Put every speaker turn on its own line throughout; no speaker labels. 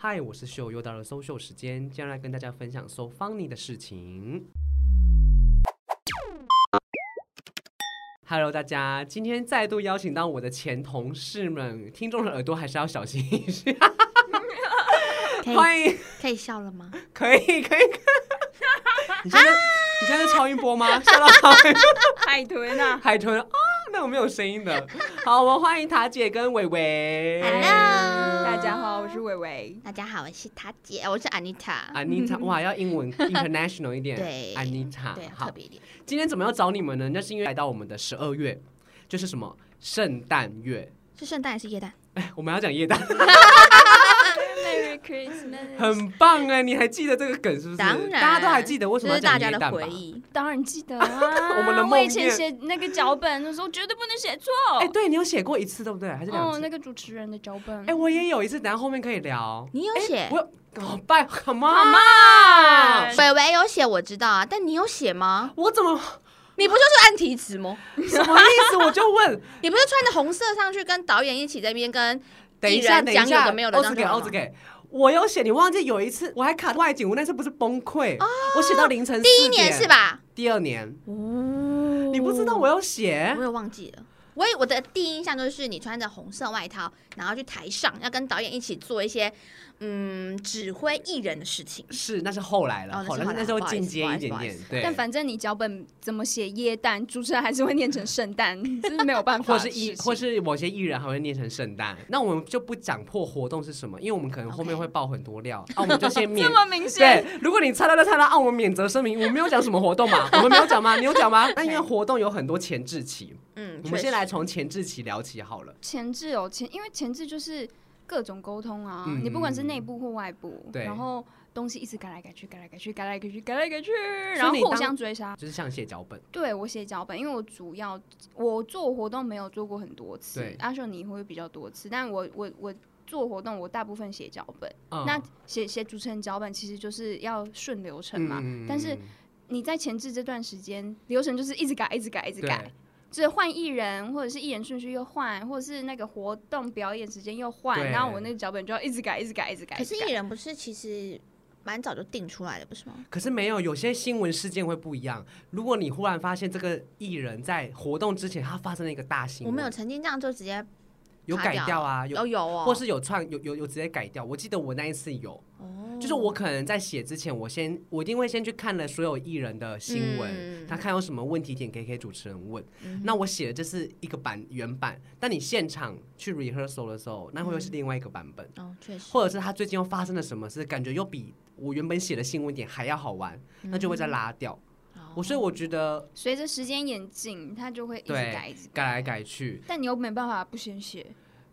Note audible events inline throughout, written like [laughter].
嗨，我是秀，又到了搜秀时间，将来跟大家分享搜 funny 的事情。Hello，大家，今天再度邀请到我的前同事们，听众的耳朵还是要小心一下。
可
[laughs]
以
欢迎，
可以笑了
[laughs]
吗？
可以，可以，可以 [laughs] 你现在、
啊
你现在是超音波吗？笑到超音波
海豚啊，
海豚啊，那种没有声音的。好，我们欢迎塔姐跟伟伟。
Hello
大家好，我是伟伟。
大家好，我是塔姐，呃我是 Anita。
Anita，哇，要英
[laughs]
文 international 一点。
嗯对
，Anita，
对，
好
特，别一点。
今天怎么要找你们呢？那是因为来到我们的十二月，就是什么圣诞月， [laughs]
是圣诞还是耶诞？
哎，我们要讲耶诞，
Merry Christmas！
很棒哎！你还记得这个梗是不是？
当然
大家都还记得为什
这
么要
是
讲
大家
耶
的
诞吧
回？忆。
当然记得
[laughs]
啊，
我们的梦
我以前
魇
写那个脚本的时候绝对不能写错。
哎，对你有写过一次对不对？还是两
哦，
次
那？个主持人的脚本。
哎，我也有一次，等下后面可以聊。哎
你有写？
我好拜，Come
Come
on，
on
伟伟有写，我知道啊，但你有写吗？
我怎么
你不就是按题词吗？
什么意思？我就
[laughs]
问，
你不是穿着红色上去跟导演一起在那边跟
等一
艺
下，
人
等一
讲有
下，
的没有的
欧
这
子
样
给
就好
欧
了
子给。我有写，你忘记有一次我还卡外景，我那次不是崩溃，我写到凌晨。
哦第一年是？吧？
第二年，
哦
你不知道我有写
我，也忘记了。我以我的第一印象就是你穿着红色外套，然后去台上要跟导演一起做一些嗯指挥艺人的事情。
是那是后来
哦
了，
那是
后来
后来
那时候
不好意
进
思
阶
不好
一
意思
点
不好意
点
思，
但
对，
反正你脚本怎么写耶诞，主持人还是会念成
[laughs]
圣诞，这是没有办
或
法的
是
事情。
艺，或是某些艺人还会念成圣诞。那我们就不讲破活动是什么，因为我们可能后面
OK
会爆很多料，啊，我们就
[laughs]
先免
这。么明
对
显，，
如果你猜到就猜到，啊，我们免责声明，我们没有讲什么活动嘛，我们没有讲吗？你有讲
[laughs]
吗？那因为活动有很多前置期，
嗯，
我们
确
先
实
来从前置期聊起好了。
前置哦前，因为前置就是各种沟通啊，
嗯
你不管是内部或外部，
对
然后东西一直改来改去，改来改去，改来改去，改来改去，
以
然后
你
互
当
相追杀。
就是像写脚本，
对我写脚本，因为我主要我做活动没有做过很多次
对，
阿秀你会比较多次，但我我我做活动我大部分写脚本，
嗯
那写写主持人脚本其实就是要顺流程嘛，
嗯
但是你在前置这段时间流程就是一直改，一直改，一直
对
改。就是换艺人，或者是艺人顺序又换，或者是那个活动表演时间又换
对，
然后我那个脚本就要一直改，一直改，一直改。
可是
一直改
艺人不是其实蛮早就定出来的，不是吗？
可是没有，有些新闻事件会不一样。如果你忽然发现这个艺人在活动之前他发生了一个大新
我
闻，
们有曾经这样就直接
有
查
改
掉
掉啊，有
哦有哦，
或是有串有有有直接改掉。我记得我那一次有，
哦
就是我可能在写之前，我先我一定会先去看了所有艺人的新闻。
嗯
他看有什么问题点可以给主持人问，
嗯
那我写的这是一个版原版，但你现场去 rehearsal 的时候，那会
嗯
又是另外一个版本，
哦确实，
或者是他最近又发生了什么事，感觉又比我原本写的新闻点还要好玩，那就会
嗯
再拉掉。
哦
我所以我觉得
随着时间演进，它就会一直
对
改，一直改。
改来改去，
但你又没办法不先写，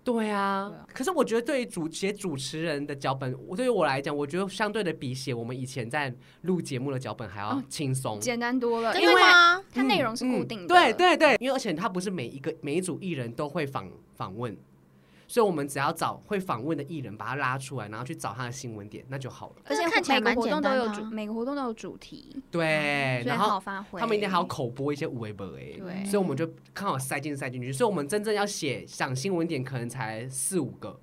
对啊
对啊。
可是我觉得对于主写主持人的脚本，我对于我来讲，我觉得相对的比写我们以前在录节目的脚本还要
哦
轻松。
简单多了，
真
因
的
为
吗？
它内容是固定
嗯嗯
的。
对，对对，因为而且他不是每一个每一组艺人都会访访问，所以我们只要找会访问的艺人，把他拉出来，然后去找他的新闻点，那就好了。
而且
那看起来
每个
蛮
活
简
动都
单的
有
啊
主，每个活动都有主题，
对，
哦所以
然
好
后
好发挥。
他们一定还要口播一些微博哎，
对，
所以我们就刚好塞进塞进去，所以我们真正要写想新闻点可能才四五个，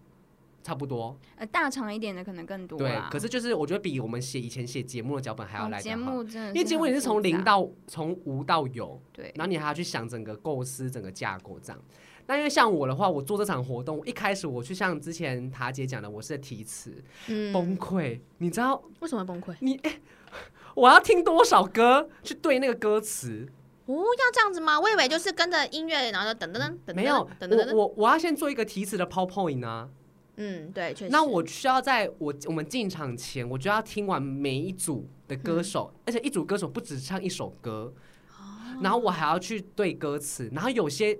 差不多。
呃大场一点的可能更多
对
啦。，
可是就是我觉得比我们写以前写节目的脚本还要
哦
来得好，
节目真的，
因为节目也是从零到从无到有，
对，
然后你还要去想整个构思、整个架构这样。那因为像我的话，我做这场活动一开始我去像之前塔姐讲的，我是在提词
嗯
崩溃，你知道
为什么会崩溃？
我要听多少歌去对那个歌词？
哦，要这样子吗？我以为就是跟着音乐，然后就噔噔噔噔噔，
没有，
噔噔
我
噔，
我我要先做一个提词的 PowerPoint 啊，
嗯，对，确实。
那我需要在我我们进场前，我就要听完每一组的歌手，
嗯
而且一组歌手不只唱一首歌，
哦
然后我还要去对歌词，然后有些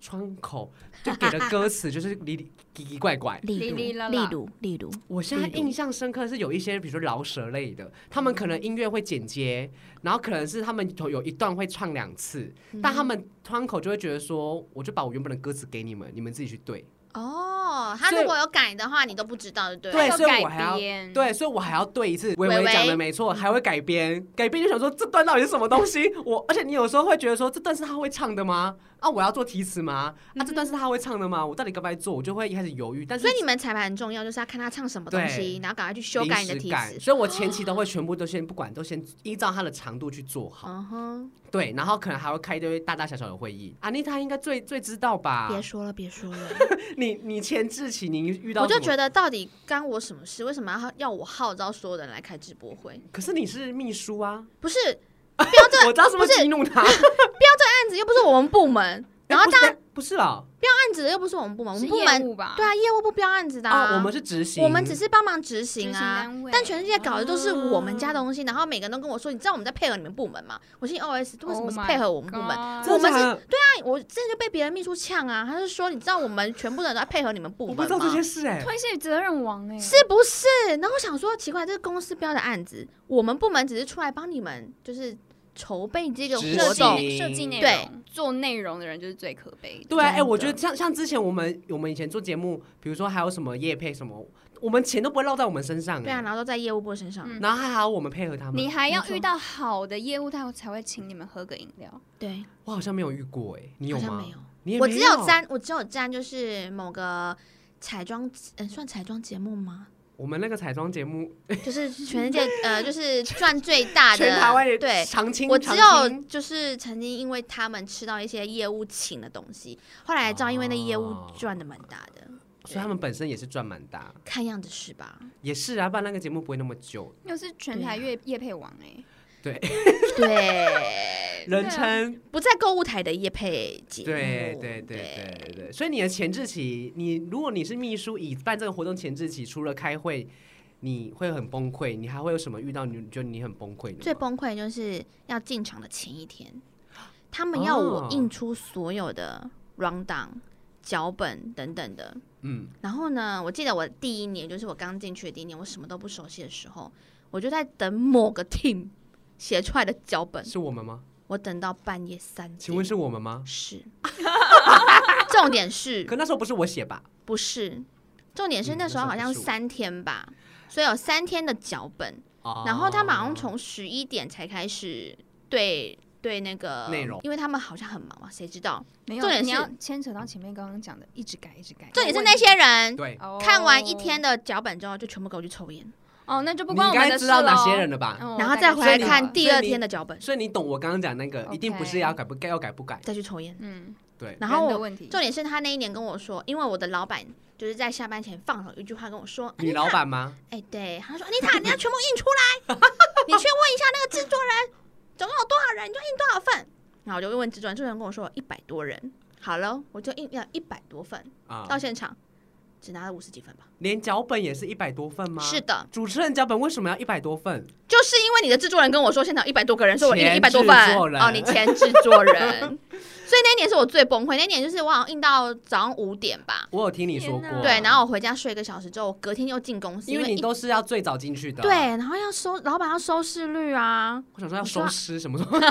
窗口就给的歌词就是里里奇奇怪怪。
哩哩啦
例
啦
如，例如，
我现在印象深刻的是有一些，比如说饶舌类的，他们可能音乐会剪接，然后可能是他们有有一段会唱两次，
嗯
但他们窗口就会觉得说，我就把我原本的歌词给你们，你们自己去对。
哦，哦，他
所以
如果有改的话，你都不知道，对不
对
要
所以
改
我还要
编，
对，所以我还要对一次。微
嗯微
微
微嗯
讲的没错，还会改编，改编就想说这段到底是什么东西？我而且你有时候会觉得说这段是他会唱的吗？啊，我要做提词吗？啊，这段是他会唱的吗？我到底该不该做？我就会一开始犹豫，但是
嗯所以你们彩排很重要，就是要看他唱什么东西，然后赶快去修改你的
临时
题
改
词。哦
所以我前期都会全部都先不管，都先依照它的长度去做好。
嗯哼，
对，然后可能还会开一堆大大小小的会议。安妮她应该最最知道吧？
别说了，别说了，
啊 [laughs] 你你前置期你遇到
我就
什么
觉得到底干我什么事？为什么要要我号召所有人来开直播会？
可是你是秘书啊，
不是
我知道是不
不
是
是
激怒他？
案子又不是我们部门，然后
哎不是哎不是啊，
案子又不是我们部门，我
是
们部
业
门
务吧？
对啊，业务部标案子的
啊，我们是执行，
我们只是帮忙执
执
行
行
啊。
单位，
但全世界搞的都是我们
哦
家的东西，然后每个人都跟我说，你知道我们在配合你们部门吗？我心里 OS，为什么
Oh
是
my
配合我们部门？
真
God
的
我们是
假的
那我之前就被别人秘书呛啊，他就说，你知道我们全部的人都在配合你们部
我
门
不
吗？
知道这些事哎，
推卸责任王哎，
是不是？然后我想说，奇怪，这是公司标的案子，我们部门只是出来帮你们，就是筹备这个
执
设
活
行
动。
计设计内
对
容，做内容的人就是最可悲的。
对啊，
真
哎，我
的
觉得像像之前我们我们以前做节目，比如说还有什么叶配什么，我们钱都不会落在我们身上，哎
对啊，，然后都在业务部身上。
嗯
然后还好我们配合他们
你，还要
没错
遇到好的业务，他才会请你们喝个饮料。
对，
我好像没有遇过哎，你有
好像
吗
没？有，
你也
我
没
只有，沾，我只有沾，就是某个彩妆，嗯，算彩妆节目
[laughs]
吗？
我们那个彩妆节目，
就是全世界，呃，就是赚最大的，
全台湾也
对。
常青，
我只
常
有
青
就是曾经因为他们吃到一些业务请的东西，后来知道因为那业务
哦
赚的蛮大的，
所以他们本身也是赚蛮大，
看样子是吧？ [laughs]
也是啊，不然那个节目不会那么久。
又是全台业业配王哎，
对，啊
人称
不在购物台的夜配节目，
对对对对对对，所以你的前置期，你如果你是秘书，以办这个活动前置期，除了开会，你会很崩溃，你还会有什么遇到你觉得你很崩溃的
最
吗？
崩溃就是要进场的前一天，他们要
哦
我印出所有的 round down 脚本等等的。
嗯，
然后呢，我记得我第一年，就是我刚进去的第一年，我什么都不熟悉的时候，我就在等某个 team 写出来的脚本，
是我们吗？
我等到半夜三点。
请问是我们吗？
是？ [laughs] 重点是
可那时候不是我写吧？
不是，重点是
嗯
那时候
那时候
好像
不是我
三天吧，所以有三天的脚本，
哦
然后他们好像从十一点才开始对对那个
内容
因为他们好像很忙嘛，谁知道？
没
重
有，
点
你要
是
牵扯到前面刚刚讲的，一直改一直改。
重点是那些人
对，
哦
看完一天的脚本之后，就全部给我去抽烟，
哦，那就不
你
关
应
我们
该
的事
知道哪些
咯
人了吧？
哦
然后
大概
再回
知
所
来
以
道
你
看
了
第
所以
二
你
天的脚本，
所以你懂我刚刚讲那个
OK
一定不是要改不该要改不改，
再去抽烟。
嗯，
对，
然后
人的
我
问题
重点是他那一年跟我说，因为我的老板就是在下班前放了一句话跟我说，
女老板吗？
哎，对，他说安妮塔，你要全部印出来，你去问一下那个制作人，总共有多少人，你就印多少份。然后我就问制作人，制作人跟我说一百多人，好了，我就印了一百多份，
啊，
到现场只拿了五十几份吧。
连脚本也是一百多份吗？
是。的，
主持人脚本为什么要一百多份？
就是因为你的制作人跟我说现场一百多个人，所以我印了一
前
百多份
制作人
哦，你前制作
[laughs]
人，所以那一年是我最崩溃，那一年就是我好像印到早上五点吧，
我有听你说
天
过，
哪
对，然后我回家睡一个小时之后，我隔天又进公司，
因为你
一
都是要最早进去的，啊
对，，然后要收老板要收视率啊，
我想说要
我说
收尸什么时候？
收视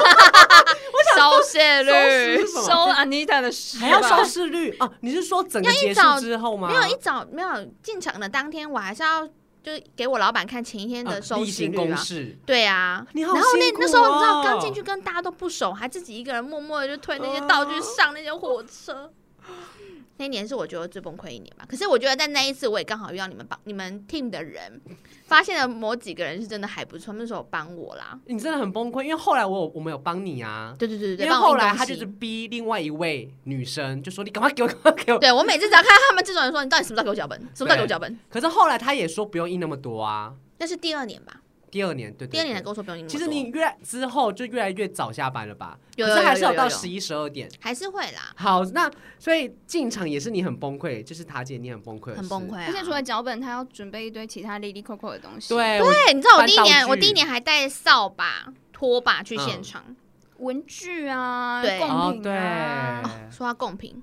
收视
率
是。什么
Anita
[laughs]
的事
还要
吧
收视率啊？你是说整个结束之后吗？
没有一早没有进场的当天，我还是要就是给我老板看前一天的
啊
收
例
视
行
率
公
啊。
事，
对啊，
你好
然后那
辛苦
那时候你知道
哦
刚进去跟大家都不熟，还自己一个人默默的就推那些道具上那些
[laughs]
火车。那一年是我觉得最崩溃一年吧，可是我觉得在那一次我也刚好遇到你们帮你们 team 的人，发现了某几个人是真的还不错，那时候有帮我啦。
你真的很崩溃，因为后来我有我们有帮你啊，
对对对
因
对，
为
帮我
后
印
来
东
他
西
就是逼另外一位女生，就说你赶快给我，赶快给我。
对我每次只要看到他们这种人说你到底什么时候给
[laughs]
我脚本，什么时候给我脚本，
可是后来他也说不用印那么多啊。
那是第二年吧，
第二年，对对
第二年才
对
跟我说不用印那么
其实
多
你越之后就越来越早下班了吧？
有
可是还是
有有有
到
有
十一十二点。
还是会啦，
好，那所以进场也是你很崩溃，就是塔姐你很崩溃，
很崩溃、。啊。
而且除了脚本，他要准备一堆其他利利扣扣的东西，，
对，我
对，你知道我第一
搬道
年，
具
我第一年还带扫把、拖把
嗯
去现场。
文具啊，
对
哦
贡品啊，
对
哦，说到贡品，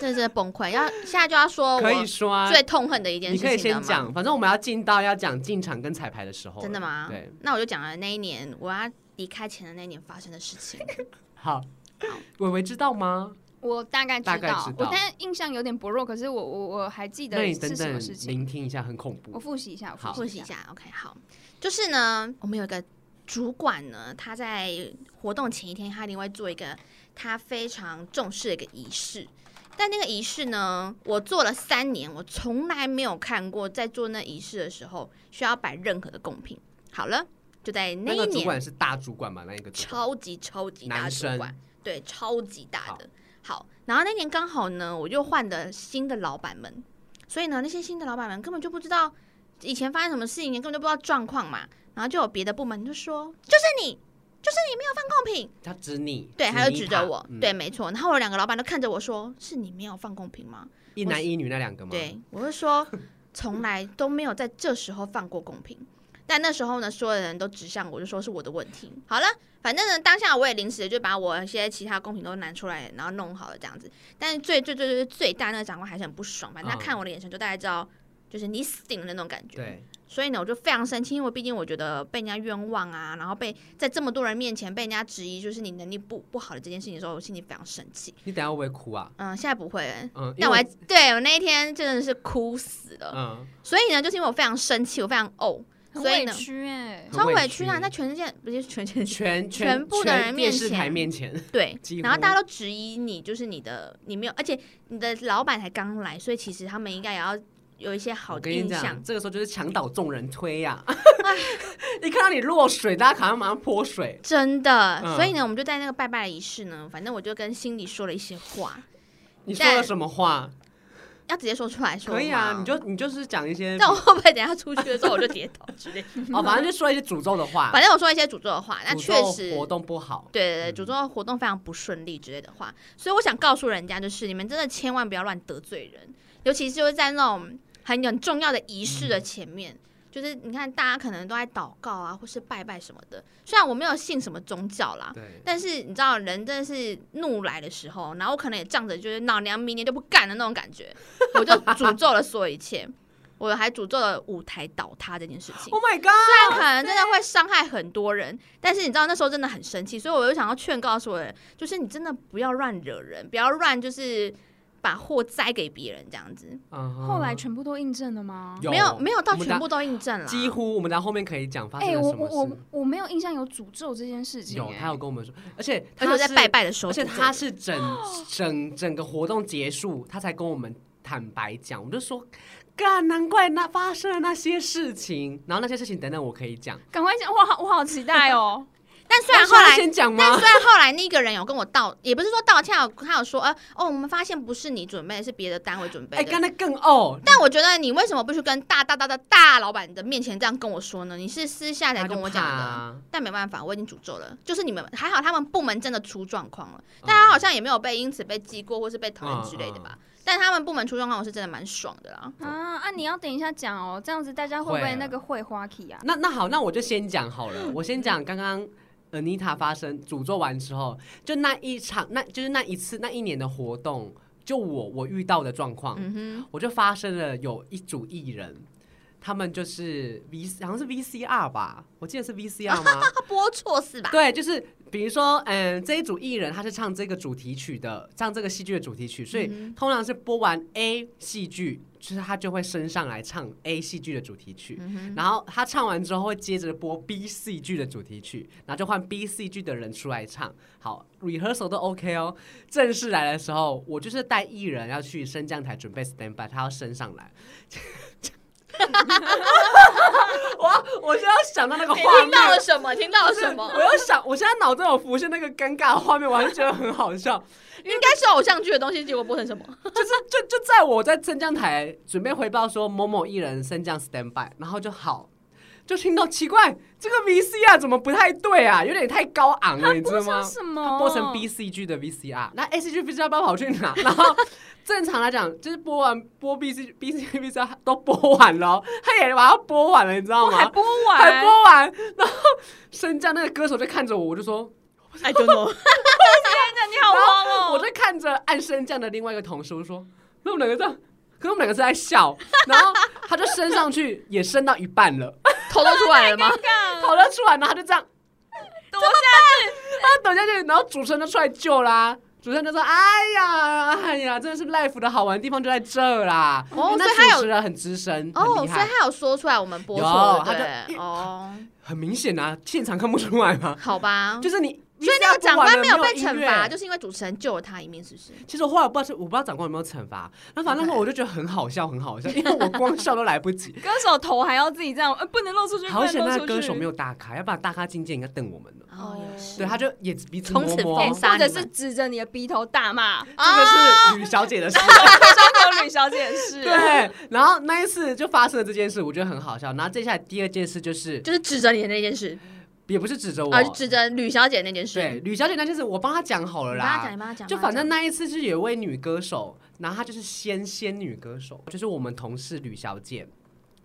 真的是崩溃。要现在就要说
可以
我
说啊，
[laughs] 最痛恨的一件
你
事情
可
了
以
吗
先讲，反正我们要进到要讲进场跟彩排的时候了。
真的吗？
对，。
那我就讲了那一年我要离开前的那一年发生的事情。
好，伟伟知道吗？
我大概知
大概
道，
知
我
道
但印象有点薄弱，可是我我我还记
那
得
你等
是什
等
么事情。
聆听一下，很恐
我
哦
怖。
复习一下，我
[laughs] 好
复
复
习
习
一
一下。
下，OK，好，就是呢，我们有一个主管呢，他在活动前一天，他一定会做一个他非常重视的一个仪式。但那个仪式呢，我做了三年，我从来没有看过，在做那仪式的时候需要摆任何的贡品。好了，就在那
那
一
个主
年，
管是大主管嘛？那一个主管
超级超级大
男
的主管
生，
对，超级大的。好，然后那年刚好呢，我又换了新的老板们，所以呢，那些新的老板们根本就不知道以前发生什么事情，根本就不知道状况嘛。然后就有别的部门就说，就是你，就是你没有放贡品，
他指你，
对，他就
你
指
他
着我，，
嗯
对，没错。然后我两个老板都看着我说，是你没有放贡品吗？
一男一女那两个吗？
对，我是说，从来都没有在这时候放过公平。但那时候呢，所有人都指向我，就说是我的问题。好了，反正呢，当下我也临时就把我一些其他公平都拿出来，然后弄好了这样子。但是最最最最最大那个长官还是很不爽，反正
嗯
他看我的眼神就大概知道，就是你死定了那种感觉。
对，
所以呢，我就非常生气，因为毕竟我觉得被人家冤枉啊，然后被在这么多人面前被人家质疑，就是你能力不不好的这件事情的时候，我心里非常生气。
你等一下会不会哭啊？
嗯，现在不会了，
嗯，因
但我还
为
对我那一天真的是哭死了。
嗯，
所以呢，就是因为我非常生气，我非常怄，
很
所以
委
呢
屈哎、
很
超
委
委屈啦，
屈
在全世界不是全
[laughs]
世界
全
全部的
全
人面
电视台
前
面前，
对
几，
然后
乎
大家都质疑你，就是你的你没有，而且你的老板才刚来，所以其实他们应该也要有一些好
我
的
跟你
印
讲，
象。
这个时候就是墙倒众人推
[laughs]
呀、一看到你落水，大家好像马上泼水。
真的，
嗯
所以呢，我们就在那个拜拜的仪式呢，反正我就跟心里说了一些话，
你说了什么话？
要直接说出来说
可以啊，
吗
你就你就是讲一些
但我会不会等一下出去的时候我就跌倒之
[laughs]
类的？
哦，反正就说一些诅咒的话，
[laughs] 反正我说一些诅咒的话，那
啊诅
确
咒
实
活动不好。
对对对，
嗯
主动活动非常不顺利之类的话，所以我想告诉人家，就是你们真的千万不要乱得罪人，尤其是就是在那种很很重要的仪式的前面，
嗯
就是你看大家可能都在祷告啊，或是拜拜什么的。虽然我没有信什么宗教啦，
对，
但是你知道人真的是怒来的时候，然后我可能也仗着就是老娘明年就不干了那种感觉，我就诅咒了所有一切，我还诅咒了舞台倒塌这件事情。
Oh my god！
但可能真的会伤害很多人。但是你知道那时候真的很生气，所以我又想要劝告所有人，就是你真的不要乱惹人，不要乱就是把祸栽给别人这样子。
嗯哼
后来全部都印证了吗？
有
没有没有到
我们
全
大
部都印证了，
几乎我们到后面可以讲发
哎、
生了
我
什
我
么
我
事。
我没有印象有诅咒这件事情、
有，
哎，
他有跟我们说，而且他
他说
就
在
是
拜拜的时候
而
诅咒
且
人，
他是整
[gasps]
整整个活动结束，他才跟我们坦白讲，我们就说，干，难怪那发生了那些事情，然后那些事情等等我可以讲，
赶快讲，我好我好期待
[laughs]
哦、
但虽然
那需
后
要
来。
先讲
但
吗？
虽然后来那个人有跟我道，也不是说道歉，有他有说，呃，哦，我们发现不是你准备，是别的单位准备
哎，
的。
刚才更哦，
但我觉得你为什么不去跟大大大大大老板的面前这样跟我说呢？你是私下才
他就
跟我
哦怕
讲的。
啊，
但没办法，我已经诅咒了。就是你们还好，他们部门真的出状况了，
嗯
但他好像也没有被因此被记过或是被讨厌之类的吧。但他们部门出状况，我是真的蛮爽的啦。
啊啊！你要等一下讲哦，这样子大家会不
会
会
啊
那个会花期啊？
那那好，那我就先讲好了，我先讲刚刚。Anita 发生诅咒完之后，就那一场，那就是那一次那一年的活动，就我我遇到的状况，
嗯
我就发生了有一组艺人，他们就是 V 好像是 VCR 吧，我记得是 VCR 吗？
哼，播错是吧？
对，就是比如说，嗯，这一组艺人他是唱这个主题曲的，唱这个戏剧的主题曲，所以
嗯
通常是播完 A 戏剧，就是他就会升上来唱 A 戏剧的主题曲。
嗯哼，
然后他唱完之后会接着播 B 戏剧的主题曲，然后就换 B 戏剧的人出来唱。好，rehearsal 都 OK 哦。正式来的时候，我就是带艺人要去升降台准备 stand by，他要升上
[laughs]
来。 [laughs] 我我现在要想到那个画面，
什 [laughs] 么？听到了什
[laughs] 我？要想，我现在脑中有浮现那个尴尬的画面，我还是觉得很好笑。 [laughs]
应该是偶像剧的东西，结果播成什 [laughs] 么？
就是就就在我在升降台准备回报说某某艺人升降 stand by，然后就好，就听到奇怪，这个 VCR 怎么不太对啊？有点太高昂了，你知道
播成
吗？
什么？
它播成 BCG 的 VCR，那 SG VCR 不知道跑去哪？然后正常来讲，就是播完播 BC BC [laughs] VCR 都播完了哦，他也把它播完了，你知道
我还
吗？
播完，
还播完，然后升降那个歌手就看着我，我就说，
哎，真的，
真的你好慌哦！
我就看着按升降的另外一个同事，我就说：“那我们两个这样，可是我们两个是在笑。”然后他就升上去，也升到一半了，
[laughs] 头都出来了吗？
[laughs] 跑啊了出来，然后他就这样
躲下
他等下去，然后主持人就出来救啦、主持人就说：“哎呀，哎呀，真的是 life 的好玩的地方就在这啦。”
哦所以他
那
有
主持人很资深，
[laughs] 哦，
很
所以
厉害，
他有说出来我们播
有
错，
他就
对不对，哦，
很明显啊，现场看不出来嘛，
好吧。
就是你。
嗯所以那个长官没
有
被
音
惩
乐
罚，就是因为主持人救了他一命，是不是？
其实我后来不知道是我不知道长官有没有惩罚，那反正那时候
OK
我就觉得很好笑，很好笑，因为我光笑都来不及。
歌手头还要自己这样，呃，不能露出去，
好
不
险
能
那
露
个
出
歌手
去
没有大咖，要不然大咖经纪人应该瞪我们了。
哦，也是。
对，他就也彼此
从
摸
此
摸，
封
这
杀
或者
你们
是指着你的鼻头大骂，
个
啊
是吕小
[laughs]
姐的事。
香港吕小姐是，
对，然后那一次就发生了这件事，我觉得很好笑。然后接下来第二件事就是，
就是指着你的那件事，
也不是指着我，
啊，指着吕小姐那件事。
对，吕小姐那件事我帮她讲好了
你帮他讲，
啦
你。帮他讲，
就
帮他
反正
讲
那一次是有一位女歌手，然后她就是仙仙女歌手，就是我们同事吕小姐，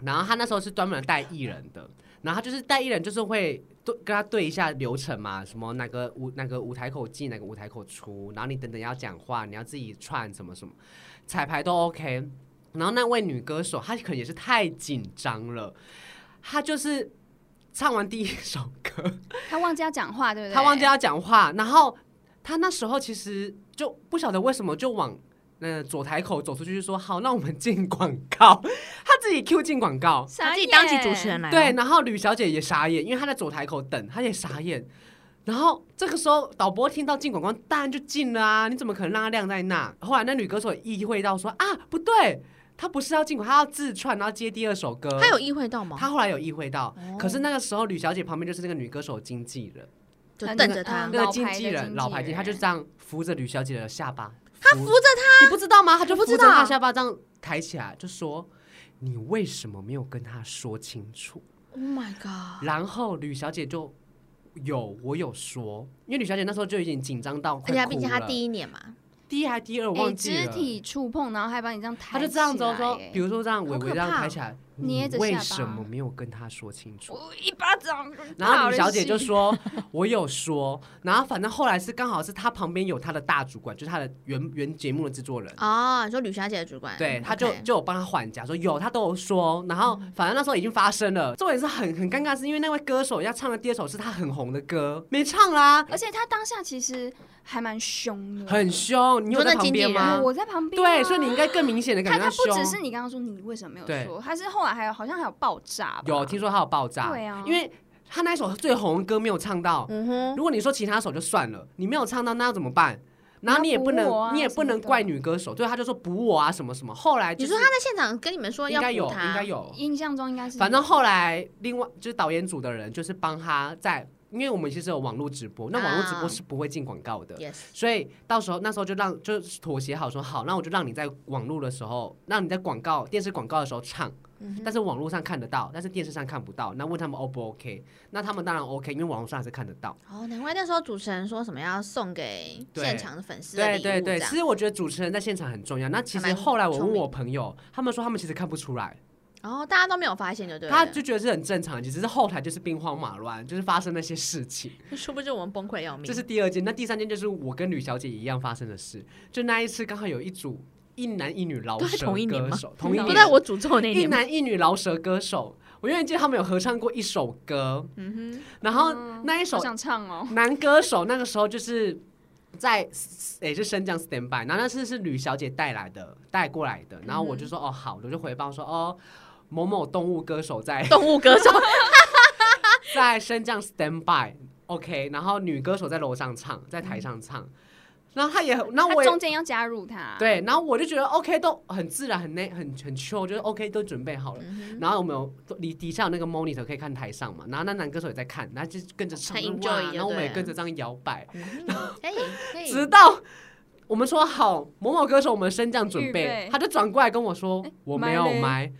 然后她那时候是专门带艺人的，然后她就是带艺人就是会对跟她对一下流程嘛，什么哪个舞哪个舞台口进哪个舞台口出，然后你等等要讲话，你要自己串什么什么，彩排都 OK。然后那位女歌手她可能也是太紧张了，她就是唱完第一首歌，
她忘记要讲话，对不对？
他忘记要讲话，然后他那时候其实就不晓得为什么就往呃左台口走出去，就说好，那我们进广告，他自己 Q 进广告，
傻眼，
他自己当起主持人来，
对，，然后吕小姐也傻眼，因为她在左台口等，她也傻眼。然后这个时候导播听到进广告，当然就进了啊！你怎么可能让她晾在那？后来那女歌手也意会到说啊，不对，她不是要进广告，她要自串，然后接第二首歌。
他有意会到吗？
她后来有意会到，
哦
可是那个时候吕小姐旁边就是那个女歌手经纪人。
就
那
瞪
个
着他
嗯，
那
老
个经
牌的
纪
经
人，
纪
老牌经纪人，他就
人
这样扶着吕小姐的下巴，他扶
扶着他，
你不知道吗？他就
我不
扶
知
着
道
她下巴这样抬起来，就说：“你为什么没有跟他说清楚
Oh my？” god！
然后吕小姐就有我有说，因为吕小姐那时候就已经紧张到
而
快
且
哭
他
了，
毕竟他第一年嘛，
第一还第二我
哎，
忘记
肢
了，
体触碰，然后还把你这样抬起
他
来，
就这样子哦说，比
如
如说这样微微这样抬起来，
捏
哦你
着
为
下巴
什么没有跟他说清楚？
我一巴掌，
然后吕小姐
[laughs]
就说：“我有说。”然后反正后来是刚好是她旁边有她的大主管，就是她的原原节目的制作
哎
人，
哦，你说吕小姐的主管，
对，他
OK
就就有帮他缓颊，说有，他都有说。然后
嗯
反正那时候已经发生了，重点是很很尴尬，是因为那位歌手要唱的第二首是他很红的歌，没唱啦，
而且他当下其实还蛮凶的，
很凶。你有
说那
在旁
经纪
边
人
吗？
我在旁边啊，
对，所以你应该更明显的
他
感觉
他
到
不只是
凶。
你刚刚说你为什么没有
对
说，他是后来还有好像还有爆炸吧，
有听说他有爆炸，
对啊
因为他那一首最红的歌没有唱到。
嗯哼，
如果你说其他首就算了，你没有唱到，那要怎么办？然后
你
你
要
也不
补我啊
能，你也
什
不
么
能
的
怪女歌手，对，他就说补我啊什么什么。后来
你
就是
说他在现场跟你们说
应
要
该有，
补他，
应该有，
印象中应该是
反正后来另外就是导演组的人就是帮他在，因为我们其实有网络直播，那网络直播
啊
是不会进广告的。
yes，
所以到时候那时候就让就妥协好说好，那我就让你在网络的时候，让你在广告电视广告的时候唱，
嗯哼
但是网络上看得到，但是电视上看不到。那问他们 O 不 OK？那他们当然 OK，因为网络上还是看得到。
哦，难怪那时候主持人说什么要送给
对
现场的粉丝的
对
礼物
对对，
这样
其实我觉得主持人在现场很重要。那其
还
实
蛮
后来我
聪
问
明
我朋友，他们说他们其实看不出来，
哦，大家都没有发现就对了，
他就觉得是很正常，只是后台就是兵荒马乱，就是发生那些事情。
殊不知我们崩溃要命，
这是第二件，那第三件就是我跟吕小姐一样发生的事，就那一次刚好有一组一男一女饶
都是
舌
同一年
歌
吗
手，同一
都
年，
在我诅咒那
一
年吗，
男一女饶舌歌手，我永远记得他们有合唱过一首歌，
嗯
然后
嗯
那一首
好想唱哦，
男歌手那个时候就是在也、是升降 stand by，然后那次是吕小姐带来的，带过来的，然后我就说、哦好，我就回报说哦某某动物歌手在 [laughs]
哼，动物歌手，
在升降 stand by，OK，、然后女歌手在楼上唱，在台上唱，然后她也，那
他
我也
中间要加入他，，
对，然后我就觉得 OK 都很自然，很内很很 chill，就是 OK 都准备好了。
嗯哼
然后我们有离底下有那个 monitor 可以看台上嘛，然后那男歌手也在看，然后就跟着唱
很，enjoy 哦
哇
就
然后我们
对
也
了
跟着这样摇摆，
嗯哼可以可以，
直到我们说好某某歌手我们升降准
预
备
备，
他就转过来跟我说
哎
我
麦
没有
嘞 [laughs]
麦，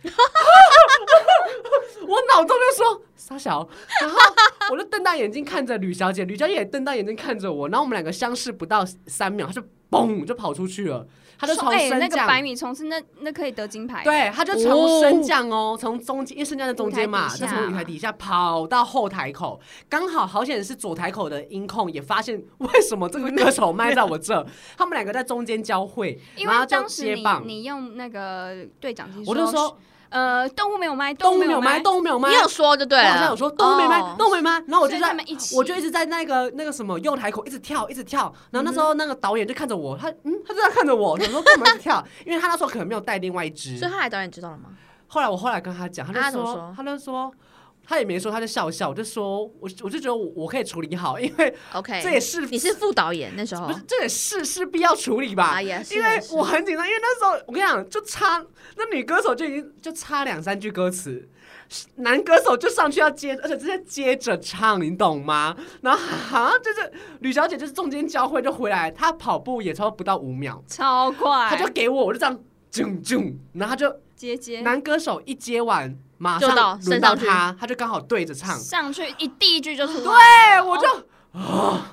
我脑中就说傻小，然后我就瞪大眼睛看着吕小姐，吕小姐也瞪大眼睛看着我，然后我们两个相视不到三秒，他就嘣就跑出去了，他就从
哎
升
那个
降。
百米冲刺，那那可以得金牌，，
对，他就从升降哦，从中间，因为升降在中间嘛，
舞台
就
底下
从舞台底下跑到后台口，刚好好险是左台口的音控也发现为什么这个歌手卖在我这，他们两个在中间交汇，
因
然后
为
就
当时
接
你
棒。
你用那个对讲机，
我就说，
呃，动物没有麦，
动物
物
没有
有啊
麦，动物没有麦
你，有说就对
我
了。
好像有说动物没有麦，
哦
动物没有麦，然后我
所
就
以
在
他们一起，
我就一直在那个那个什么右台口一直跳，一直跳。然后那时
嗯
候那个导演就看着我，他嗯，他就在看着我，想说干嘛一直跳？因为他那时候可能没有带另外一只
所。以后来导演知道了吗？
后来我后来跟他讲，他
他
就
啊怎么
说
说，
他就说。他也没说，他就笑笑，我就说，我我就觉得我我可以处理好， [laughs] 因为
OK，
这也是
哎你是哦副导演那时候
不是这也是是必要处理吧
啊？也是，
因为
是
我很紧张，因为那时候我跟你讲，就差那女歌手就已经就差两三句歌词，男歌手就上去要接，而且直接接着唱，你懂吗？然后哈，就是吕小姐就是中间交汇就回来，她跑步也超不到五秒，
超快，
她
哎
就给我，我就这样啾啾，然后她就
接接
男歌手一接完，马
就到
上轮
升
到
上去
她，她就刚好对着唱，
上去一第一句就出来了。
哎
对我就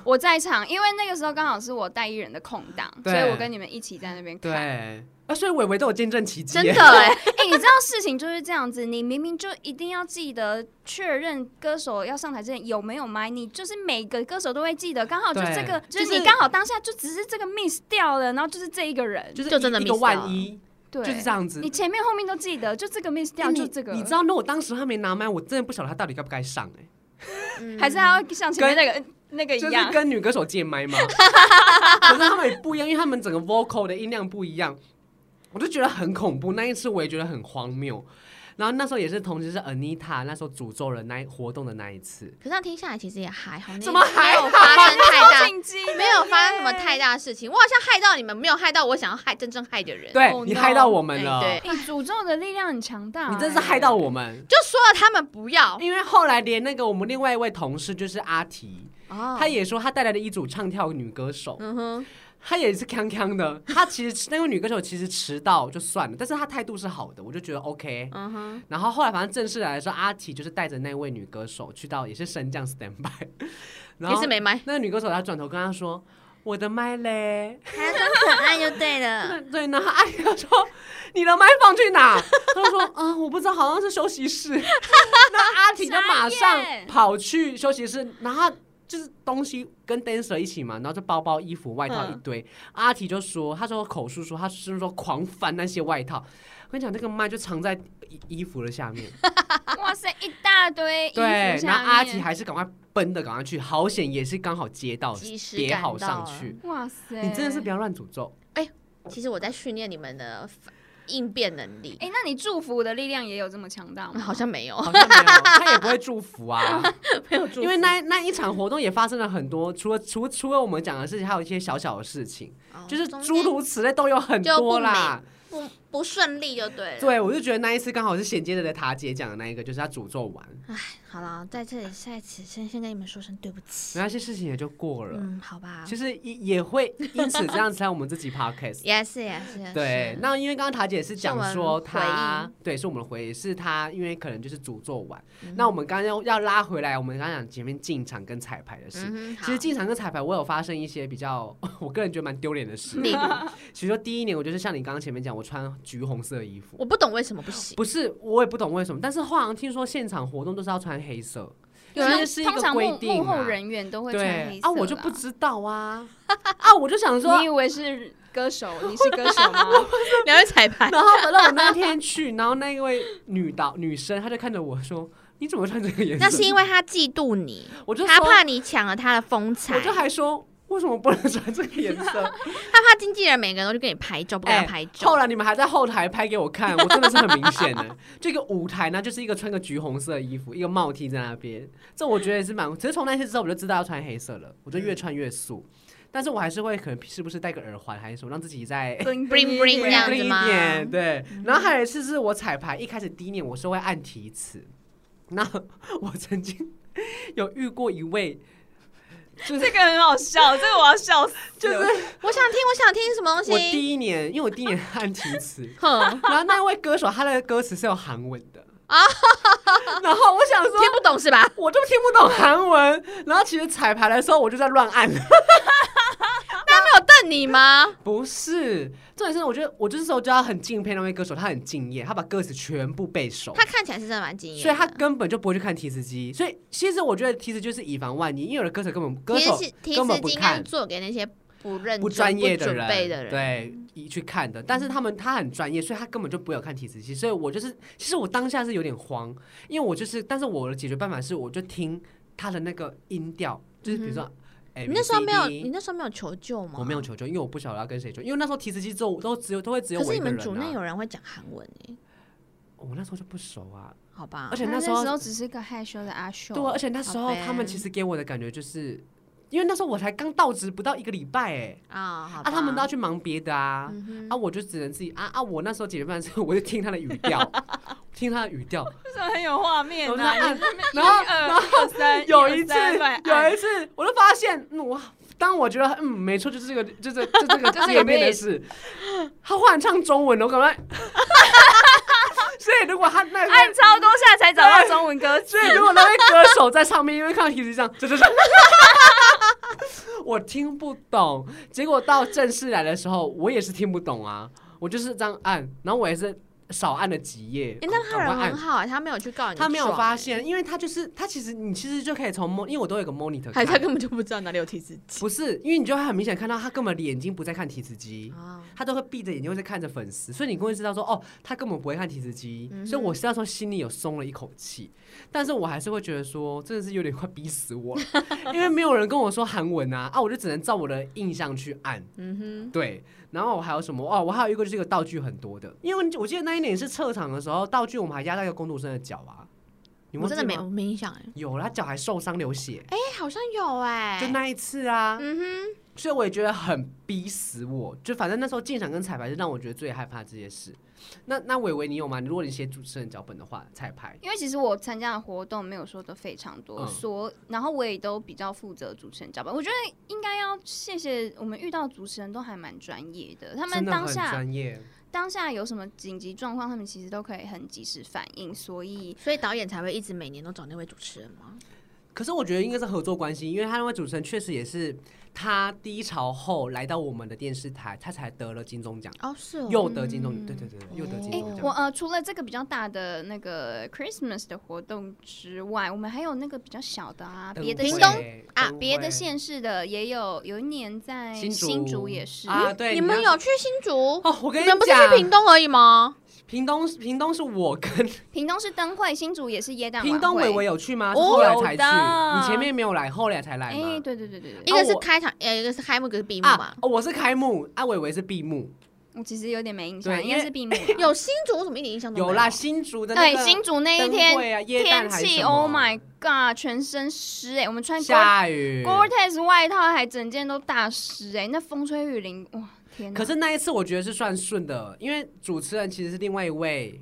我在场，因为那个时候刚好是我带艺人的空档，
对
所以我跟你们一起在那边看。
对，啊，所以伟伟都有见证奇迹，
[laughs] 真的哎、 [laughs]
哎、你知道事情就是这样子，你明明就一定要记得确认歌手要上台之前有没有麦，你就是每个歌手都会记得，刚好就
对
这个，
就是
就是你刚好当下就只是这个 miss 掉了，然后就是这一个人，
[laughs] 就是
就真的
一一
miss
个
掉
万一，
对，
就是这样子
你。前面后面都记得，就这个 miss 掉，
欸
就
你
这个，
你知道，那我当时他没拿麦，我真的不晓得他到底该不该上哎、
嗯
还是他要像前面那个那个一
就是
样，
跟女歌手借麦
[laughs]
嘛。可是他们也不一样，因为他们整个 vocal 的音量不一样，我就觉得很恐怖。那一次我也觉得很荒谬。然后那时候也是，同时是 Anita 那时候诅咒人那一活动的那一次，
可是他听下来其实也还好，那
怎么还
没有发生太
超
[laughs] 大，
紧急，
没有发生什么太大的事情。我好像害到你们，没有害到我想要害真正害的人。
对、
Oh
你
no
害到我们
哎
了，
对
你诅咒的力量很强大、欸
你真是害到我们。
就说了他们不要，
因为后来连那个我们另外一位同事就是阿提，
哦
他也说他带来的一组唱跳女歌手，
嗯哼，
她也是康康的，她其实那位女歌手其实迟到就算了，但是她态度是好的，我就觉得 OK。
嗯哼，
然后后来反正正式来说，阿体就是带着那位女歌手去到也是升降 stand by，然 [laughs]
也
后
是没麦，
那个女歌手她转头跟她说：“我的麦嘞。
还要装可爱就对了。”
[laughs] 对，然后阿体就说：“你的麦放去 [laughs] 哪？”她就说：“啊、我不知道，好像是休息室。” [laughs] 那阿体就马
傻
上
眼
跑去休息室，然后。就是东西跟 dancer 一起嘛，然后就包包、衣服、外套一
嗯
堆。阿体就说，他说口述说，他是说狂翻那些外套。我跟你讲，那个麦就藏在衣衣服的下面。
哇塞，一大堆衣服
对，
下
然后阿
面
吉还是赶快奔的赶快去，好险也是刚好接到
及，时
叠
赶
好
到
上
了
去。
哇塞，
你真的是不要乱诅咒，
[laughs] 其实我在训练你们的应变能力，
哎、那你祝福的力量也有这么强大
嗯
吗？
好像没有，
好哦像没有，他也不会祝福啊，
[laughs] 没有
因为那那一场活动也发生了很多，除了除除了我们讲的事情，还有一些小小的事情，就是诸如此类都有很
就
多
不
啦。
哦不不顺利就对了。，
对，我就觉得那一次刚好是衔接着的塔姐讲的那一个，就是他诅咒完，
好了，在这里下一次先先跟你们说声对不起。
那些事情也就过了。
嗯，好吧
其。实也也
[laughs]
会因此这样子让我们自己 podcast。
也是也是也是。
对，那因为刚刚塔姐是讲
是我
说
们
她
回，
对，是我们的回忆，是她因为可能就是诅咒完。
嗯
那我们刚刚要要拉回来，我们刚刚讲前面进场跟彩排的事。
嗯哼，
其实进场跟彩排，我有发生一些比较， [laughs] 我个人觉得蛮丢脸的事。
例
[laughs]
如
其实说第一年，我就是像你刚刚前面讲，我穿橘红色的衣服，
我不懂为什么不
[laughs]
行，
不是我也不懂为什么，但是后来听说现场活动都是要穿黑色，
有
其
人
实是一
通
个
常幕
规定
幕后
嘛
人员都会穿
对
黑色
啊，我就
啦
不知道啊啊，我就想说
你以为是歌手？你是歌手 [laughs] 吗？
你要彩
[laughs]
排。
然后反正我那天去，然后那一位女导女生，她就看着我说：“你怎么穿这个颜色？”
那是因为他嫉妒你，
我就
他
说
怕你抢了他的风采，
我就还说为什么不能穿这个颜色？
他怕经纪人每个人都去跟你拍照，不跟他
哎
拍照。
后来你们还在后台拍给我
[laughs]
看，我真的是很明显的，这个舞台呢，就是一个穿个橘红色的衣服，一个帽 T 在那边，这我觉得也是蛮。只是从那次之后，我就知道要穿黑色了，我就越穿越素。但是我还是会可能是不是戴个耳环还是什么，让自己在
bling
Bling bling 这样子
bling 一
吗嗯
点 [laughs] 对，然后还有一次是我彩排一开始第一年我是会按题词，那我曾经有遇过一位，就是
这个很好笑，这个我要笑死。
就是
我想听，我想听什么东
我
西？
第一年，因为我第一年按题词，
哼，
然后那位歌手他的歌词是有韩文的啊，然后我想说
听不懂是吧？
我就听不懂韩文，然后其实彩排的时候我就在乱按，
他没有瞪你吗？
[laughs] 不是，重点是我觉得我这时候就要很敬佩那位歌手，他很敬业，他把歌词全部背熟，
他看起来是真的蛮敬业的，
所以他根本就不会去看提词机。所以其实我觉得提词就是以防万一，因为有的歌手根本歌
提
手
示提
根本
示
不
机应该是
看。
做给那些不认真
不专业的
不准备的人，
对，一去看的。但是他们他很专业，所以他根本就不会有看提词器。所以我就是，其实我当下是有点慌，因为我就是，但是我的解决办法是，我就听他的那个音调，就是比如说，哎、
嗯你那时候没有，
B
你那时候没有求救吗？
我没有。求救，因为我不晓得要跟谁求，因为那时候提词器之后都只有都会只有
可
我
是
一个
你们
人、
组内
啊。
有人会讲韩文诶，
我那时候就不熟啊，
好吧
而？且
他
那
那
时候
只是个害羞的阿秀，
对啊，而且那时
好
候
呗
他们其实给我的感觉就是，因为那时候我才刚到职不到一个礼拜、哎。
啊，好
啊，
吧。
他们都要去忙别的啊，
嗯哼
啊，我就只能自己啊啊！我那时候解决办法是，我就听他的语
[laughs]
调，听他的语调。
是很有画面
我就
的、
按
你这边
然后
哎一二
然
一二三
有一次，
二三
有一次，我就发现，嗯，哇！当我觉得嗯，没错，就是这个，就这，就
[laughs]
这个界面的事。他忽然唱中文了，我赶
[laughs]
快。 [laughs] 所以如果他那
按超多下才找到中文歌曲
所。
[laughs]
以如果那位歌手在上面，因为看到提示这样，这这这， [laughs] 我听不懂。结果到正式来的时候，我也是听不懂啊，我就是这样按，然后我也是少按了几页。
诶，那他
赶
人
快按
很欸好啊，他没有去告你，
他没有发，现，因为他就是他，其实你其实就可以从 mon，因为我都有个 monitor，
[laughs] 还
看
是他根本就不知道哪里有提示器
不是，因为你就会很明显看到他根本眼睛不在看提词机。
啊？
他都会闭着眼睛，会在看着粉丝，所以你会知道说，哦，他根本不会看提词机，
嗯哼
所以我是那时候心里有松了一口气，但是我还是会觉得说，真的是有点快逼死我了， [laughs] 因为没有人跟我说韩文啊，啊，我就只能照我的印象去按，
嗯
对，然后我还有什么哦，我还有一个就是一个道具很多的，因为我记得那一年是撤场的时候，道具我们还压在一个工读生的脚啊，你
哼，我
们
真的没我没印象哎，
有，他脚还受伤流血，
哎，好像有哎，
就那一次啊，
嗯
所以我也觉得很逼死我，就反正那时候进场跟彩排是让我觉得最害怕这些事。那那伟伟你有吗？如果你写主持人脚本的话，彩排
因为其实我参加的活动没有说的非常多，
嗯
所然后我也都比较负责主持人脚本。我觉得应该要谢谢我们遇到的主持人都还蛮专业的，他们
真的
当
很
下
专业，
当下有什么紧急状况，他们其实都可以很及时反应，所以
哼，所以导演才会一直每年都找那位主持人吗？
可是我觉得应该是合作关系，因为他那位主持人确实也是他低潮后来到我们的电视台，他才得了金钟奖，
哦，是哦，
又得金钟，
嗯
对对对，又得金
哎、
钟
我
奖。
呃，除了这个比较大的那个 Christmas 的活动之外，我们还有那个比较小的啊，
灯
别的
会
屏
县
东
啊，
灯
别的
会
县市的也有，有一年在
新竹
新竹也是
啊，对，
你们
要
有去新竹？
哦，我跟
你们不是
讲哦
去，屏东而已吗？
屏东屏东是我跟
屏东是灯会，新竹也是耶诞晚会。
屏东伟伟有去吗？是
哦
后来才去，
有的
你前面没有来，后来才来
哎、
吗？
对对对对
一
对，
个是
我
开场，呃，一个是开幕，一个是闭幕嘛
啊。，哦我是开幕，阿伟伟是闭幕。
我其实有点没印象，
对
应
因
该
为
是
[laughs]
闭幕吧
有新竹，我怎么一点印象都没
有啦，新竹的那
对
个
新竹那一
灯
天
会啊，耶诞
天
还是
气
什么
，Oh my god，全身湿哎、我们穿 Gore-
下雨。
Gore-Tex 外套还整件都大湿哎、那风吹雨淋，哇天哪！
可是那一次我觉得是算顺的，因为主持人其实是另外一位，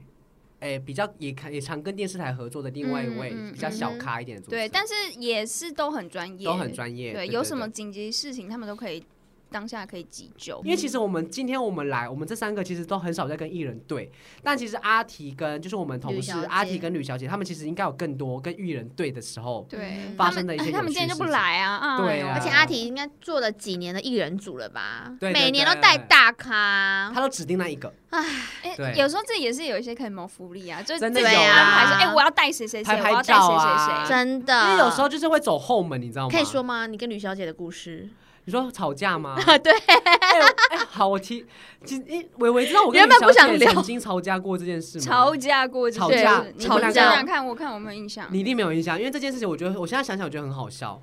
哎、比较也看也常跟电视台合作的另外一位、
嗯嗯
比较小咖一点的主持
对，
人，
但是也是都很专业，
都很专业。
对，
对，
有什么
对？
紧急事情他们都可以当下可以急救。
因为其实我们今天我们来，我们这三个其实都很少在跟艺人对，但其实阿提跟就是我们同事
吕小姐
阿提跟吕小姐，他们其实应该有更多跟艺人对的时候。
对
嗯
发生的一些
他们他们
有趣
今天就不
事情
来啊，啊
对啊
而且阿提应该做了几年的艺人组了吧？
对对
每年
对
都带大咖啊
他。都指定那一个，
哎、
对
有时候这也是有一些可以谋福利啊，就
真
自
的
己
有
安
啦
排说，哎、我要带谁谁谁，
拍拍
我要带
照
谁
啊
谁谁，
真的，
因为有时候就是会走后门，你知道吗？
嗯可以说吗？你跟吕小姐的故事，
你说吵架吗？
[laughs] 对
哎、我哎好，我提，其实因伟伟知道我跟
原本
李小姐
不想聊
曾经吵架过这件事吗？
吵，架过这
吵
些
架
事你
吵
们
架
想想看，我看有没有印象。
你一定没有印象，因为这件事情，我觉得我现在想想，我觉得很好笑。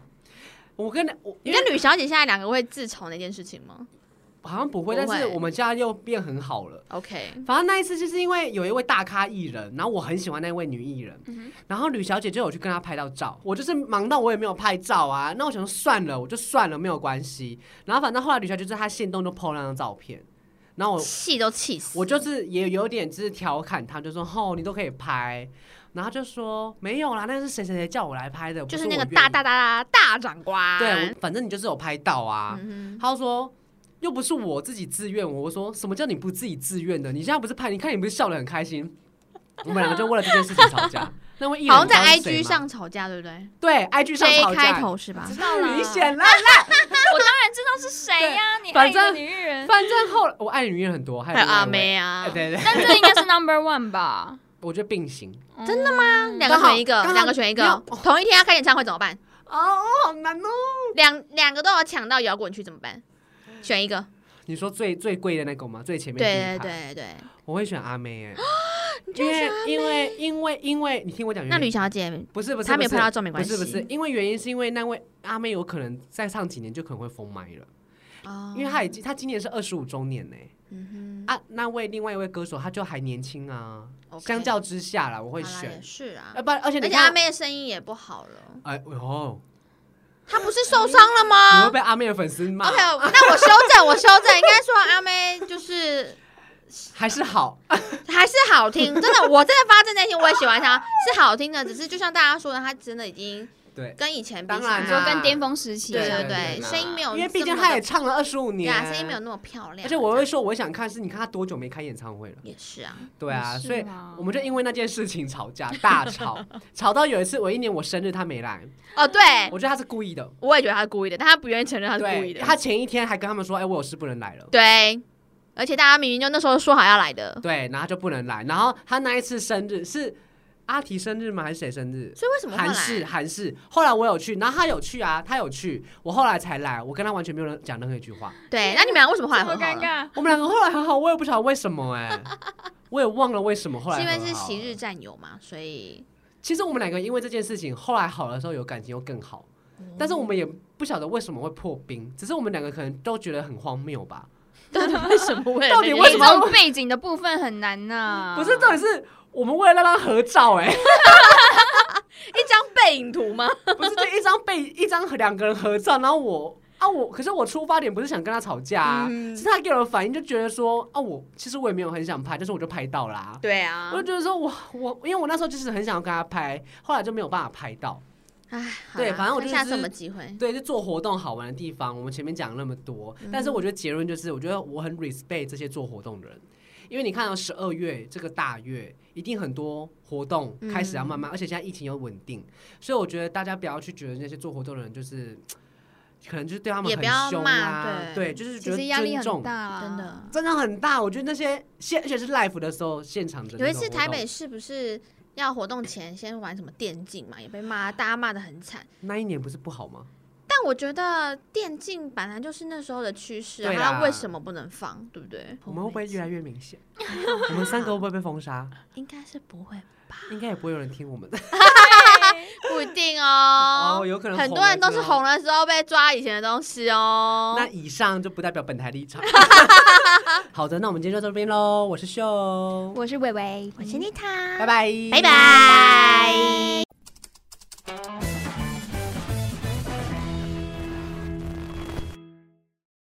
我跟我
你
因为
跟吕小姐现在两个会自嘲那件事情吗
好像不会，
不会
但是我们家又变很好了。
？OK，
反正那一次就是因为有一位大咖艺人，然后我很喜欢那位女艺
嗯
人，然后吕小姐就有去跟她拍到照，我就是忙到我也没有拍照啊。那我想说算了，我就算了，没有关系。然后反正后来吕小姐就是她现动就 PO 那张照片，然
[laughs]
后我
气都气死。
我就是也有点就是调侃他，就说：“吼、你都可以拍。”然后他就说：“没有啦，那是谁谁谁叫我来拍的，不
就是
是
那
我
个
愿
大
意
大大大大长官，
对，我反正你就是有拍到啊。
嗯
他就说：“又不是我自己自愿。”我说：“什么叫你不自己自愿的？你现在不是拍？你看你不是笑得很开心？”我们两个就为了这件事情吵架。那位艺
哼，
人
好像在
你知道是谁
IG
吗
上吵架，对不对
对 IG 上
？J
吵架，
开头是吧？
知道啦
明显啦。
我当然知道是谁呀、你爱
反
你的
正
女艺人，
反正后来我爱女人很多，还
还有
有
阿
妹，
妹啊
哎，对对，
但这应该是 Number One 吧？嗯
我觉得并行。
[laughs] 真的吗？两个
刚好
选一个，
刚好
两个选一
没有
个，同一天要开演唱会怎么办？
哦，好难哦。
两两个都有抢到摇滚区怎么办？选一个，
你说最最贵的那个吗？最前面第
对对
一排，
对对。
我会选阿妹哎、因为因为因为因为你听我讲原因，
那吕小姐
不是不是，
她没有
不是
拍到照没关系，
不是不是，因为原因是因为那位阿妹有可能再上几年就可能会封麦了，
哦，
因为她已经她今年是二十五周年呢、
嗯
啊，那位另外一位歌手他就还年轻啊
OK
相较之下啦，我
哼，
会
好啦
选
也，是啊，
呃不，而且
而
你
且
看
阿，妹的声音也不好了，
哎哦，
她不是受伤
你
了
会
吗
被阿妹的粉丝骂
啊？OK，那我修正，我修正，应该说阿妹就是
还是好，
啊还是好听，真的，我真的发自内心我也喜欢她，是好听的，只是就像大家说的，她真的已经
对，
跟以前比起
当然
来，
啊
就跟巅峰时期
对
对
对
对
对，
对
声音没
因
有这么
为
的，
毕竟她也唱了二十五
对
年，
啊，声音没有那么漂亮，
而且我会说，我想看是你看她多久没开演唱会了。
也是啊，
对啊，
是
所以
吗
我们就因为那件事情吵架，大
[laughs]
吵，吵到有一次我一年我生日他没来，
哦对，
我觉得他是故意的，
我也觉得她是故意的，但她不愿意承认她是故意
对，
的，
他前一天还跟他们说，哎、我有事不能来了，
对，而且大家明明就那时候说好要来的，
对，然后他就不能来，然后他那一次生日是阿提生日吗？还是谁生日？
所以为什么会
韩式
来？
韩式，后来我有去，然后他有去啊，他有去，我后来才来，我跟他完全没有人讲任何一句话，
对，那你们俩为什么后来
这
和
么
好
尴
了？
尬。
我们两个后来很好，我也不晓得为什么哎、我也忘了为什么后来
是因为
和
是
好
昔日
了，
战友嘛，所
[laughs]
以
其实我们两个因为这件事情后来好的时候有感情又更好，
嗯
但是我们也不晓得为什么会破冰，只是我们两个可能都觉得很荒谬吧。
[laughs]
[laughs]
到底为什么为了
到底
那件
为
这
什
事
么
种背景的部分很难呐、
[laughs] 不是，到底是我们为了让他合照、欸，
[laughs] 一张背影图吗？
哎， [laughs] 不是就一张被一张和两个人合照，然后我啊我，可是我出发点不是想跟他吵架、啊，
嗯
是他给我的反应就觉得说啊我其实我也没有很想拍，但是我就拍到啦、
对啊
我就觉得说我我因为我那时候就是很想要跟他拍，后来就没有办法拍到。
哎，好
对
啦
反正我
看
就
下
是
次有没有机会。
对，就做活动好玩的地方，我们前面讲了那么多，但是我觉得结论就是，我觉得我很 respect 这些做活动的人，因为你看到哦十二月这个大月，一定很多活动开始要慢慢，而且现在疫情又稳定，所以我觉得大家不要去觉得那些做活动的人就是，可能就是对他们
也
很
不要
凶啊
骂，
对，
对
就是觉得
其实压力
尊
很
重。
大啊，
真的
真的很大，我觉得那些现而且是 live 的时候现场的
有一
那种
次
活
台
动
北市不是要活动前先玩什么电竞嘛，也被骂，大家骂的很惨。
那一年不是不好吗？
但我觉得电竞本来就是那时候的趋势啊，
对啦
它为什么不能放？对不对？
我们会不会越来越明显？ [laughs] 我们三个会不会被封杀？
应该是不会，
应该也不会有人听我们的。
不一定哦。
哦，有可能
很
红
多
了
人都
之
是
后
红了之后被抓以前的东西哦。
那以上就不代表本台立场。好的，那我们今天就到这边喽。我是秀，
我是伟伟，我
我是妮塔，
拜拜，
拜拜。